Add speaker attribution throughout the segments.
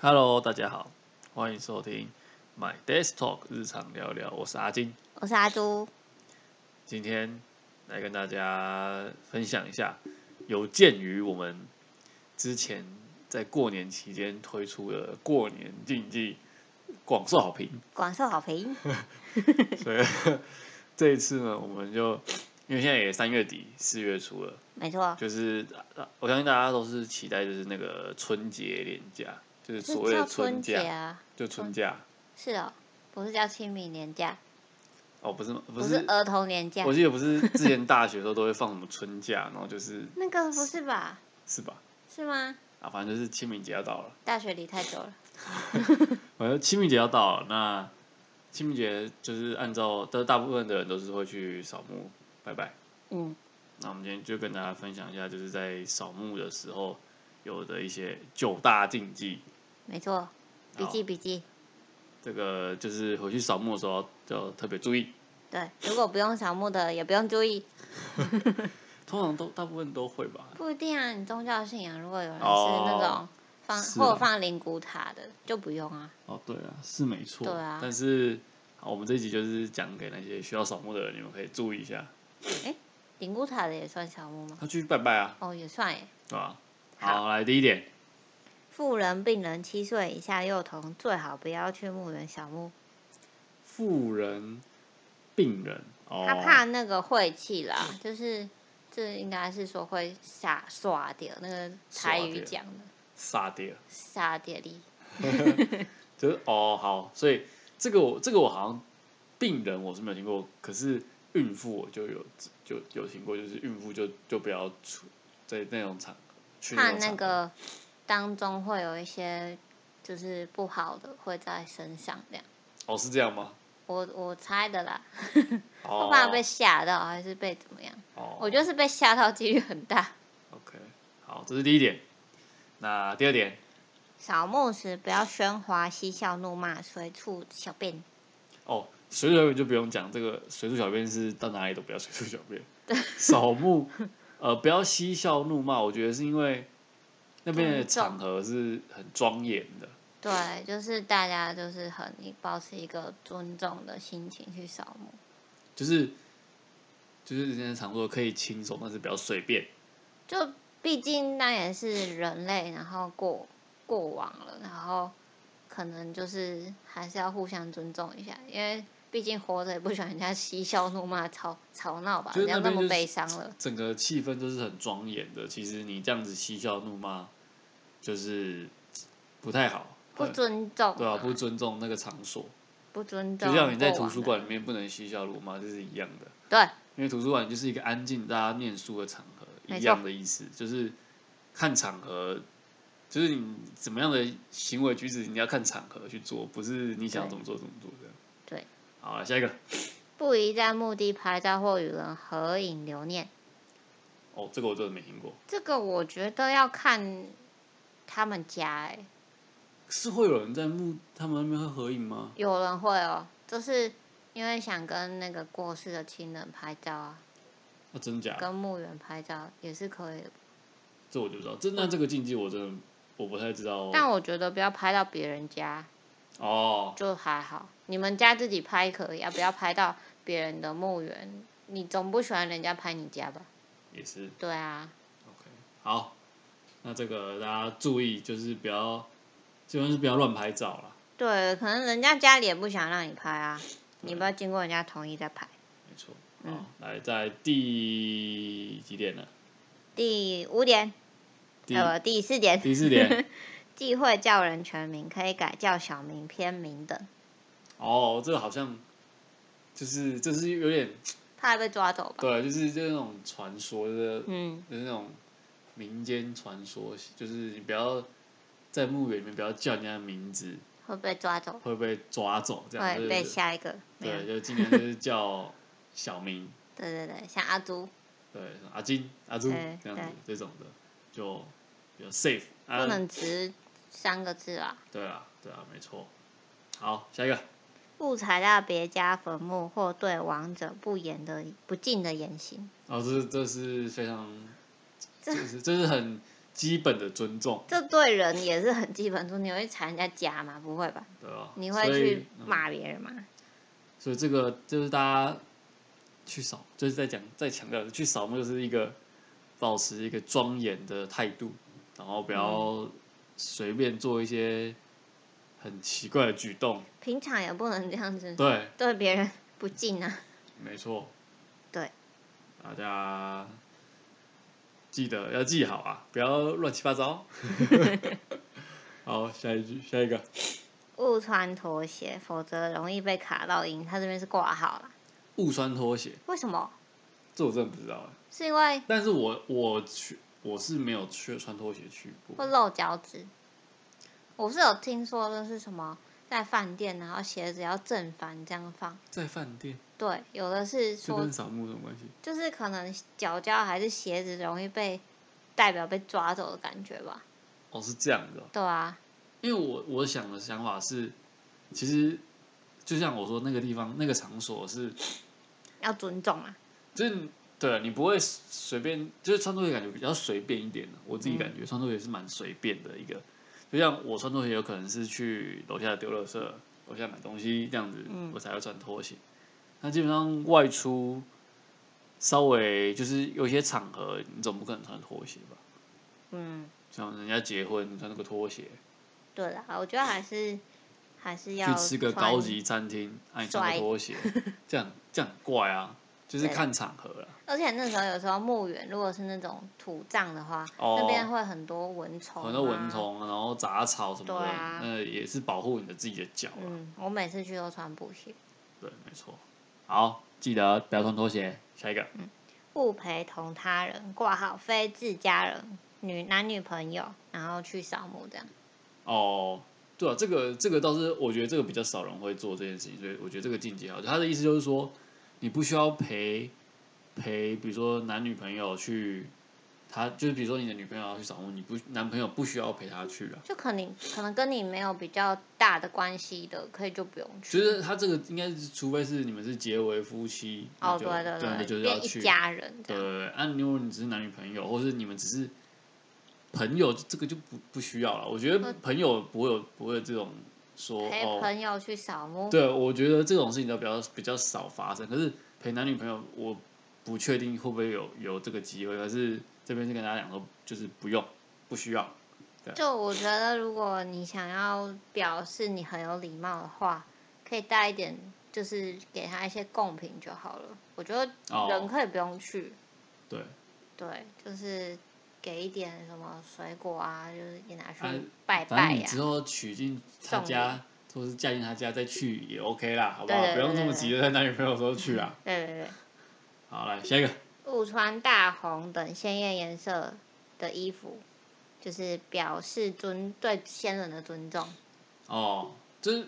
Speaker 1: Hello，大家好，欢迎收听 My Desk Talk 日常聊聊，我是阿金，
Speaker 2: 我是阿朱。
Speaker 1: 今天来跟大家分享一下，有鉴于我们之前在过年期间推出的过年禁忌广受 好评，
Speaker 2: 广受 好评。
Speaker 1: 所以 这一次呢，我们就因为现在也三月底四月初了，
Speaker 2: 没错，
Speaker 1: 就是呃我相信大家都是期待就是那个春节连假，就是所谓
Speaker 2: 叫
Speaker 1: 的
Speaker 2: 春节
Speaker 1: 假，
Speaker 2: 啊，
Speaker 1: 就春假。
Speaker 2: 是哦，不是叫清明年假，
Speaker 1: 哦，不是吗，不
Speaker 2: 不是儿童年假
Speaker 1: 我，记得不是之前大学的时候都会放什么春假，然后就是
Speaker 2: 那个不是吧？
Speaker 1: 是吧？
Speaker 2: 是吗？
Speaker 1: 啊，反正就是清明节要到了，
Speaker 2: 大学离太久了，
Speaker 1: 反正清明节要到了，那清明节就是按照，但是大部分的人都是会去扫墓拜拜。
Speaker 2: 嗯，
Speaker 1: 那我们今天就跟大家分享一下，就是在扫墓的时候有的一些九大禁忌。
Speaker 2: 没错，笔记笔记。
Speaker 1: 这个就是回去扫墓的时候要特别注意，
Speaker 2: 对，如果不用扫墓的，也不用注意，
Speaker 1: 通常都大部分都会吧。
Speaker 2: 不一定啊。你宗教信仰，如果有人是
Speaker 1: 哦
Speaker 2: 那种放
Speaker 1: 是啊
Speaker 2: 或者放灵骨塔的，就不用啊。
Speaker 1: 哦，对啊，是没错。
Speaker 2: 对啊
Speaker 1: 但是好我们这一集就是讲给那些需要扫墓的人，你们可以注意一下，
Speaker 2: 灵骨塔的也算扫墓吗？
Speaker 1: 他去拜拜啊，
Speaker 2: 哦，也算耶。
Speaker 1: 对吧、
Speaker 2: 好
Speaker 1: 啊好，来第一点，
Speaker 2: 妇人、病人、七岁以下幼童最好不要去墓园扫墓。
Speaker 1: 富人、病人，哦，
Speaker 2: 他怕那个晦气啦，就是这应该是说会撒刷掉那个台语讲的
Speaker 1: 杀爹，
Speaker 2: 撒掉力，
Speaker 1: 就是哦，好，所以这个我这个我好像病人我是没有听过，可是孕妇我就有就有听过，就是孕妇就就不要出在那种场去
Speaker 2: 怕
Speaker 1: 种
Speaker 2: 那
Speaker 1: 场合
Speaker 2: 个当中会有一些就是不好的会在身上这样。
Speaker 1: 哦是这样吗？
Speaker 2: 我我猜的啦，
Speaker 1: 哦，
Speaker 2: 我怕被吓到还是被怎么样？
Speaker 1: 哦，
Speaker 2: 我觉得是被吓到几率很大。
Speaker 1: OK，好，这是第一点。那第二点，
Speaker 2: 扫墓时不要喧哗、嬉笑怒骂、随处小便。
Speaker 1: 哦，随处小便就不用讲，这个随处小便是到哪里都不要随处小便。扫墓，呃，不要嬉笑怒骂，我觉得是因为那边的
Speaker 2: 庄
Speaker 1: 场
Speaker 2: 重
Speaker 1: 合是很庄严的，
Speaker 2: 对，就是大家就是很保持一个尊重的心情去扫墓。
Speaker 1: 就是就是人家常说可以轻松，但是不要随便。
Speaker 2: 就毕竟那也是人类，然后过过往了，然后可能就是还是要互相尊重一下，因为毕竟活着也不喜欢人家嬉笑怒骂、吵吵闹吧，
Speaker 1: 就是那
Speaker 2: 人家
Speaker 1: 边
Speaker 2: 那
Speaker 1: 就
Speaker 2: 么
Speaker 1: 是
Speaker 2: 悲伤了。
Speaker 1: 整个气氛都是很庄严的。其实你这样子嬉笑怒骂，就是不太好，
Speaker 2: 不尊重、
Speaker 1: 对啊，不尊重那个场所。
Speaker 2: 啊不尊重，
Speaker 1: 就像你在
Speaker 2: 过
Speaker 1: 图
Speaker 2: 往
Speaker 1: 书
Speaker 2: 的
Speaker 1: 馆里面不能嬉笑怒骂，这是一样的。
Speaker 2: 对
Speaker 1: 因为图书馆就是一个安静大家念书的场合，
Speaker 2: 没错
Speaker 1: 一样的意思，就是看场合，就是你怎么样的行为举止，你要看场合去做，不是你想
Speaker 2: 对
Speaker 1: 怎么做怎么做这样。
Speaker 2: 对，
Speaker 1: 好啊了，下一个
Speaker 2: 不宜在墓地拍照或与人合影留念。
Speaker 1: 哦，这个我真的没听过，
Speaker 2: 这个我觉得要看他们家、欸，
Speaker 1: 是会有人在墓他们那边会合影吗？
Speaker 2: 有人会哦，就是因为想跟那个过世的亲人拍照啊。
Speaker 1: 啊，真假的？
Speaker 2: 跟墓园拍照也是可以的，
Speaker 1: 这我就不知道。这那这个禁忌我真的我不太知道哦。
Speaker 2: 但我觉得不要拍到别人家
Speaker 1: 哦，
Speaker 2: 就还好，你们家自己拍可以啊，不要拍到别人的墓园，你总不喜欢人家拍你家吧？
Speaker 1: 也是。
Speaker 2: 对啊，
Speaker 1: OK，好，那这个大家注意，就是不要，基本上是不要乱拍照啦。
Speaker 2: 对，可能人家家里也不想让你拍啊，你不要经过人家同意再拍。
Speaker 1: 没错，
Speaker 2: 嗯
Speaker 1: 好，来在第几点呢？
Speaker 2: 第五点，
Speaker 1: 第
Speaker 2: 呃，第四点，
Speaker 1: 第四 点，
Speaker 2: 忌讳叫人全名，可以改叫小名、偏名等，
Speaker 1: 哦，这个好像就是这是有点
Speaker 2: 怕被抓走吧？
Speaker 1: 对，啊就是就是那种传说，就是
Speaker 2: 嗯，
Speaker 1: 就是那种民间传说，就是你不要在墓园里面不要叫人家的名字，
Speaker 2: 会被抓走，
Speaker 1: 会被抓走这样，就
Speaker 2: 会哦被
Speaker 1: 是
Speaker 2: 下一个。没有
Speaker 1: 对，就今年就是叫小明，
Speaker 2: 对对对，像阿朱，
Speaker 1: 对，阿金、阿朱
Speaker 2: 对
Speaker 1: 这样子这种的就比较 safe，
Speaker 2: 不
Speaker 1: 啊，
Speaker 2: 能值三个字啊。
Speaker 1: 对啊，对啊，没错。好，下一个。
Speaker 2: 不踩到别家坟墓或对亡者不言的不敬的言行，
Speaker 1: 哦，这是这是非常，
Speaker 2: 这
Speaker 1: 这是这是很基本的尊重，
Speaker 2: 这对人也是很基本说你会踩人家家吗？不会吧？
Speaker 1: 对吧？
Speaker 2: 你
Speaker 1: 所
Speaker 2: 会
Speaker 1: 以
Speaker 2: 去
Speaker 1: 嗯
Speaker 2: 骂别人吗？
Speaker 1: 所以这个就是大家去扫，就是在讲在强调的去扫墓就是一个保持一个庄严的态度，然后不要随便做一些很奇怪的举动。
Speaker 2: 平常也不能这样子
Speaker 1: 对，
Speaker 2: 对别人不敬啊。
Speaker 1: 没错。
Speaker 2: 对。
Speaker 1: 大家记得要记好啊，不要乱七八糟。 好，下一句，下一个。
Speaker 2: 勿穿拖鞋，否则容易被卡到音。他这边是挂号啦，
Speaker 1: 勿穿拖鞋，
Speaker 2: 为什么？
Speaker 1: 这我真的不知道哎。
Speaker 2: 是因为
Speaker 1: 但是我我去我是没有去穿拖鞋去
Speaker 2: 会
Speaker 1: 过，
Speaker 2: 露脚趾。我是有听说的是什么，在饭店然后鞋子要正反这样放。
Speaker 1: 在饭店，
Speaker 2: 对，有的是
Speaker 1: 这
Speaker 2: 说
Speaker 1: 跟扫墓有什么关系？
Speaker 2: 就是可能脚胶还是鞋子容易被代表被抓走的感觉吧。
Speaker 1: 哦，是这样的哦、
Speaker 2: 对啊，
Speaker 1: 因为我我想的想法是，其实就像我说那个地方那个场所是，
Speaker 2: 要尊重啊。
Speaker 1: 就是对啊你不会随便，就是穿拖鞋感觉比较随便一点的。我自己感觉穿拖鞋是蛮随便的一个，就像我穿拖鞋有可能是去楼下丢垃圾，楼下买东西这样子，
Speaker 2: 嗯
Speaker 1: 我才会穿拖鞋。那基本上外出稍微就是有一些场合，你总不可能穿拖鞋吧？
Speaker 2: 嗯，
Speaker 1: 像人家结婚，你穿那个拖鞋，
Speaker 2: 对啦，我觉得还是还是要
Speaker 1: 去吃个
Speaker 2: 穿
Speaker 1: 高级餐厅，爱穿
Speaker 2: 摔
Speaker 1: 个拖鞋，这样这样很怪啊，就是
Speaker 2: 对
Speaker 1: 看场合啦。
Speaker 2: 而且那时候有时候墓园如果是那种土葬的话，
Speaker 1: 哦
Speaker 2: 那边会很多蚊虫、
Speaker 1: 很多蚊。虫啊，然后杂草什么
Speaker 2: 哦对
Speaker 1: 的，
Speaker 2: 啊
Speaker 1: 那也是保护你的自己的脚啊。
Speaker 2: 嗯，我每次去都穿布鞋。
Speaker 1: 对，没错。好，记得不要穿拖鞋。下一个，
Speaker 2: 嗯不陪同他人，挂号非自家人、女男女朋友，然后去扫墓这样。
Speaker 1: 哦，对啊，这个这个倒是我觉得这个比较少人会做这件事情，所以我觉得这个境界好。他的意思就是说，你不需要陪陪，比如说男女朋友去，他就是比如说你的女朋友要去扫墓，你不男朋友不需要陪他去啊。
Speaker 2: 就可能可能跟你没有比较大的关系的，可以就不用去。
Speaker 1: 其实他这个应该是，除非是你们是结为夫妻，那
Speaker 2: 哦，
Speaker 1: 就
Speaker 2: 对对
Speaker 1: 对，那就是要
Speaker 2: 变
Speaker 1: 去
Speaker 2: 一家人这
Speaker 1: 对
Speaker 2: 样。
Speaker 1: 对，啊，如果你只是男女朋友，或是你们只是朋友，这个就不不需要了。我觉得
Speaker 2: 呃
Speaker 1: 朋友不会有不会有这种说
Speaker 2: 陪
Speaker 1: 哦，
Speaker 2: 朋友去扫墓，
Speaker 1: 对，我觉得这种事情都比较比较少发生。可是陪男女朋友，我不确定会不会有有这个机会。可是这边是跟大家讲说，就是不用，不需要。
Speaker 2: 就我觉得，如果你想要表示你很有礼貌的话，可以带一点，就是给他一些贡品就好了。我觉得人
Speaker 1: 哦，
Speaker 2: 可以不用去，
Speaker 1: 对，
Speaker 2: 对，就是给一点什么水果啊，就是也拿去
Speaker 1: 啊
Speaker 2: 拜
Speaker 1: 反
Speaker 2: 拜
Speaker 1: 正你
Speaker 2: 呀、
Speaker 1: 之后娶进他
Speaker 2: 送
Speaker 1: 家，或是嫁进他家再去也 OK 啦，好不
Speaker 2: 对
Speaker 1: 好？
Speaker 2: 对
Speaker 1: 不用
Speaker 2: 对
Speaker 1: 这么
Speaker 2: 对
Speaker 1: 急着在男女朋友的时候去啊。
Speaker 2: 对对对，
Speaker 1: 好，来下一个。
Speaker 2: 勿穿大红等鲜艳颜色的衣服，就是表示尊对先人的尊重。
Speaker 1: 哦，就是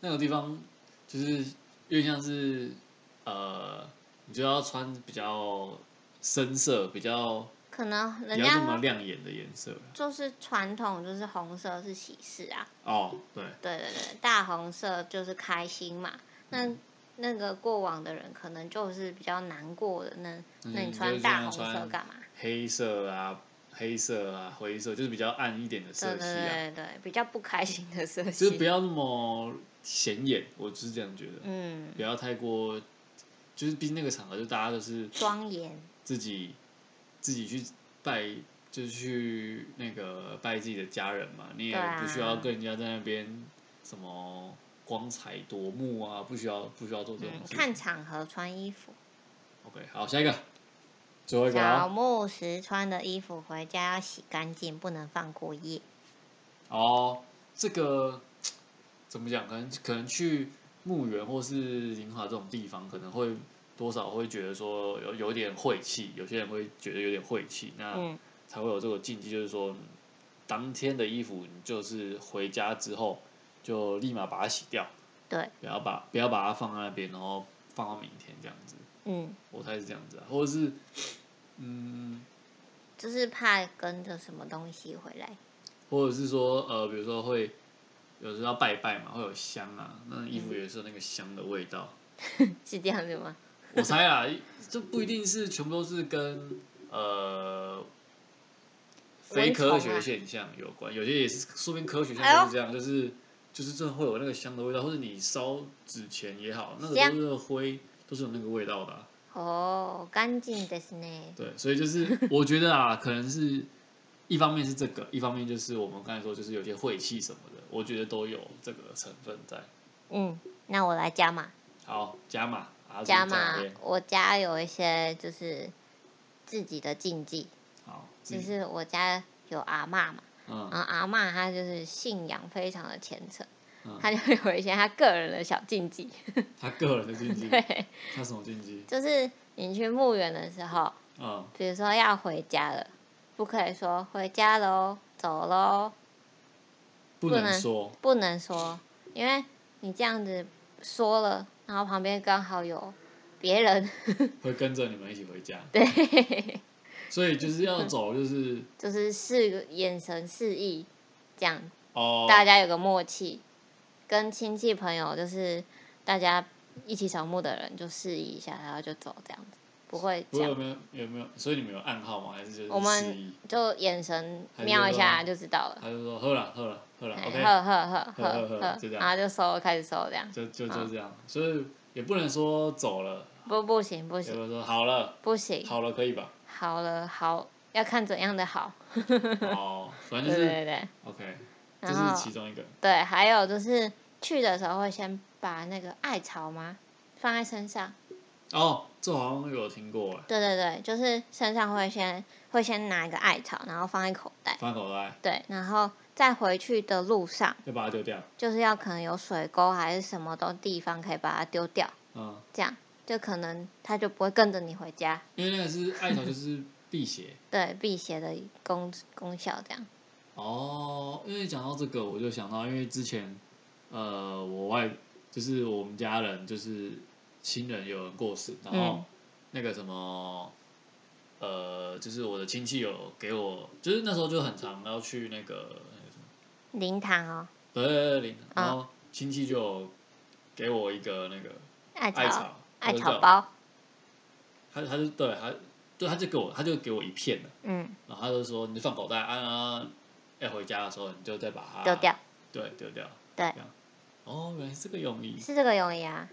Speaker 1: 那个地方，就是有点像是呃，你就要穿比较深色、比较
Speaker 2: 可能
Speaker 1: 不
Speaker 2: 人
Speaker 1: 要这么
Speaker 2: 家
Speaker 1: 亮眼的颜色。
Speaker 2: 就是传统，就是红色是喜事啊，
Speaker 1: 哦，对，
Speaker 2: 对对对，大红色就是开心嘛。那那个过往的人可能就是比较难过的，那
Speaker 1: 那
Speaker 2: 那
Speaker 1: 就
Speaker 2: 你
Speaker 1: 是
Speaker 2: 穿
Speaker 1: 就
Speaker 2: 大
Speaker 1: 要
Speaker 2: 红色
Speaker 1: 穿
Speaker 2: 干嘛？
Speaker 1: 黑色啊、黑色啊、灰色，就是比较暗一点的
Speaker 2: 对
Speaker 1: 色
Speaker 2: 对
Speaker 1: 系啊，
Speaker 2: 对对，对比较不开心的色
Speaker 1: 就是不
Speaker 2: 系。
Speaker 1: 要那么显眼，我是这样觉得，
Speaker 2: 嗯，
Speaker 1: 不要太过，就是毕竟那个场合，就大家都是
Speaker 2: 庄严。嗯
Speaker 1: 自己自己去拜，就是去那个拜自己的家人嘛，你也
Speaker 2: 对啊
Speaker 1: 不需要跟人家在那边什么光彩夺目啊，不需要不需要做这种
Speaker 2: 嗯，
Speaker 1: 事。
Speaker 2: 看场合穿衣服。
Speaker 1: OK，好，下一个，最后一个啊
Speaker 2: 扫
Speaker 1: 啦。
Speaker 2: 墓时穿的衣服回家要洗干净，不能放过夜。
Speaker 1: 哦，这个怎么讲？可能可能去墓园或是银华这种地方，可能会多少会觉得说有有点晦气，有些人会觉得有点晦气。那、
Speaker 2: 嗯，
Speaker 1: 才会有这个禁忌，就是说，当天的衣服你就是回家之后就立马把它洗掉，
Speaker 2: 对，
Speaker 1: 不要把不要把它放在那边，然后放到明天这样子。
Speaker 2: 嗯，
Speaker 1: 我猜是这样子、啊，或者是，嗯，
Speaker 2: 就是怕跟着什么东西回来。
Speaker 1: 或者是说，呃，比如说会有时候要拜拜嘛，会有香啊，那衣服
Speaker 2: 嗯
Speaker 1: 也是有那个香的味道。
Speaker 2: 是这样子吗？
Speaker 1: 我猜啊，这不一定是全部都是跟呃非科学
Speaker 2: 蚊虫啊
Speaker 1: 现象有关，有些也是说明科学现
Speaker 2: 哎
Speaker 1: 象就
Speaker 2: 呦
Speaker 1: 是这样，就是就是这会有那个香的味道，或者你烧纸钱也好，那个
Speaker 2: 香
Speaker 1: 都是灰都是有那个味道的啊、
Speaker 2: 哦，干净的是呢。
Speaker 1: 对，所以就是我觉得啊，可能是一方面是这个，一方面就是我们刚才说，就是有些晦气什么的，我觉得都有这个成分在。
Speaker 2: 嗯，那我来加码，
Speaker 1: 好，加码，阿朱
Speaker 2: 加
Speaker 1: 哪
Speaker 2: 码
Speaker 1: 边，
Speaker 2: 我家有一些就是自己的禁忌，
Speaker 1: 好，自
Speaker 2: 就
Speaker 1: 己
Speaker 2: 是我家有阿嬷嘛，
Speaker 1: 嗯
Speaker 2: 然后阿嬷她就是信仰非常的虔诚，
Speaker 1: 嗯，
Speaker 2: 她就有一些她个人的小禁忌，
Speaker 1: 他个人的禁忌，
Speaker 2: 对，
Speaker 1: 他什么禁忌？
Speaker 2: 就是你去墓园的时候，
Speaker 1: 嗯，
Speaker 2: 比如说要回家了，不可以说回家喽、走喽，
Speaker 1: 不
Speaker 2: 不
Speaker 1: 能
Speaker 2: 能
Speaker 1: 说，
Speaker 2: 不能说，因为你这样子说了，然后旁边刚好有别人，
Speaker 1: 会跟着你们一起回家，
Speaker 2: 对，
Speaker 1: 所以就是
Speaker 2: 嗯
Speaker 1: 要走，就是
Speaker 2: 就是示眼神示意，这样
Speaker 1: 哦，
Speaker 2: 大家有个默契，跟亲戚朋友就是大家一起扫墓的人就示意一下，然后就走这样子，不会
Speaker 1: 不
Speaker 2: 这
Speaker 1: 过有
Speaker 2: 样，
Speaker 1: 没有有没有？所以你们有暗号吗？还是就是
Speaker 2: 我们
Speaker 1: 示意
Speaker 2: 就眼神
Speaker 1: 还是
Speaker 2: 瞄一
Speaker 1: 说
Speaker 2: 下就知道了。
Speaker 1: 他就说喝了喝了喝了
Speaker 2: 哎
Speaker 1: ，OK，
Speaker 2: 呵呵呵
Speaker 1: 呵呵呵
Speaker 2: 呵
Speaker 1: 就这样
Speaker 2: 然后就收，开始收这样，
Speaker 1: 就就就
Speaker 2: 嗯
Speaker 1: 这样，所以也不能说走了，
Speaker 2: 不不行不
Speaker 1: 也
Speaker 2: 行
Speaker 1: 不能说好了
Speaker 2: 不行，
Speaker 1: 好了可以 吧？
Speaker 2: 好了好，要看怎样的好，
Speaker 1: 哦，反正
Speaker 2: 对
Speaker 1: 就是
Speaker 2: 对对，
Speaker 1: OK，这
Speaker 2: 然
Speaker 1: 是
Speaker 2: 后
Speaker 1: 其中一个
Speaker 2: 对，还有就是去的时候会先把那个艾草吗放在身上，
Speaker 1: 哦，这好像有听过哎，
Speaker 2: 对对对，就是身上会先会先拿一个艾草，然后放在口袋，
Speaker 1: 放口袋
Speaker 2: 对，然后再回去的路上，
Speaker 1: 就把它丢掉，
Speaker 2: 就是要可能有水沟还是什么的地方可以把它丢掉，
Speaker 1: 嗯，
Speaker 2: 这样就可能它就不会跟着你回家，
Speaker 1: 因为那个是艾草就是辟邪
Speaker 2: 对辟邪的功功效这样。
Speaker 1: 哦，因为讲到这个我就想到，因为之前呃我外就是我们家人就是亲人有人过世，然后
Speaker 2: 嗯
Speaker 1: 那个什么。呃，就是我的亲戚有给我，就是那时候就很常要去那个那个什么
Speaker 2: 灵堂哦，
Speaker 1: 对对，然后亲戚就给我一个那个
Speaker 2: 艾
Speaker 1: 艾
Speaker 2: 草
Speaker 1: 草，
Speaker 2: 艾
Speaker 1: 他就
Speaker 2: 草
Speaker 1: 叫，
Speaker 2: 包，
Speaker 1: 他他就对他对他就给我他就给我一片的，
Speaker 2: 嗯，
Speaker 1: 然后他就说你就放口袋啊，然后要回家的时候你就再把它
Speaker 2: 丢掉，
Speaker 1: 对，丢掉，
Speaker 2: 对
Speaker 1: 这样，哦，原来是这个用意，
Speaker 2: 是这个用意啊。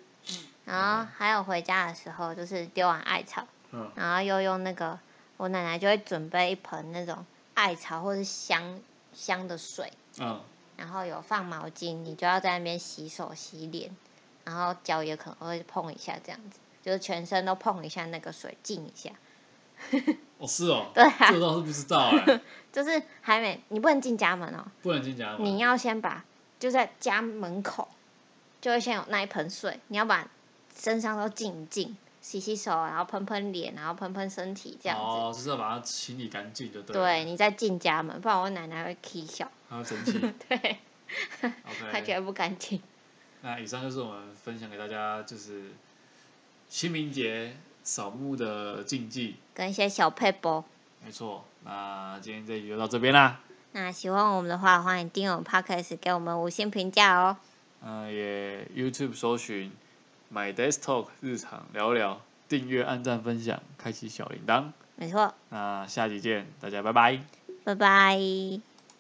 Speaker 2: 然后还有回家的时候，就是丢完艾草，
Speaker 1: 嗯，
Speaker 2: 然后又用那个我奶奶就会准备一盆那种艾草或是香香的水，
Speaker 1: 嗯，
Speaker 2: 然后有放毛巾，你就要在那边洗手洗脸，然后脚也可能会碰一下这样子，就是全身都碰一下那个水，浸一下。
Speaker 1: 哦是哦，
Speaker 2: 对啊
Speaker 1: 这，个倒是不知道哎，
Speaker 2: 就是还没你不能进家门哦，
Speaker 1: 不能进家门，
Speaker 2: 你要先把就在家门口，就会先有那一盆水，你要把身上都浸一浸，洗洗手，然后喷喷脸，然后喷喷身体这样子。
Speaker 1: 哦，就是要把它清理干净就对了，
Speaker 2: 对，你再进家门，不然我奶 奶会踢笑。
Speaker 1: 还要整体
Speaker 2: 对，她
Speaker 1: ，OK，
Speaker 2: 觉得不干净。
Speaker 1: 那以上就是我们分享给大家就是清明节扫墓的禁忌。
Speaker 2: 跟一些小配波。
Speaker 1: 没错，那今天这集就到这边啦。
Speaker 2: 那喜欢我们的话，欢迎订阅我们 Podcast，给我们五星评价哦。
Speaker 1: 嗯、也 YouTube 搜寻 My Desk Talk 日常聊聊，订阅、按赞、分享，开启小铃铛。
Speaker 2: 没错，
Speaker 1: 那下集见，大家拜拜。
Speaker 2: 拜拜。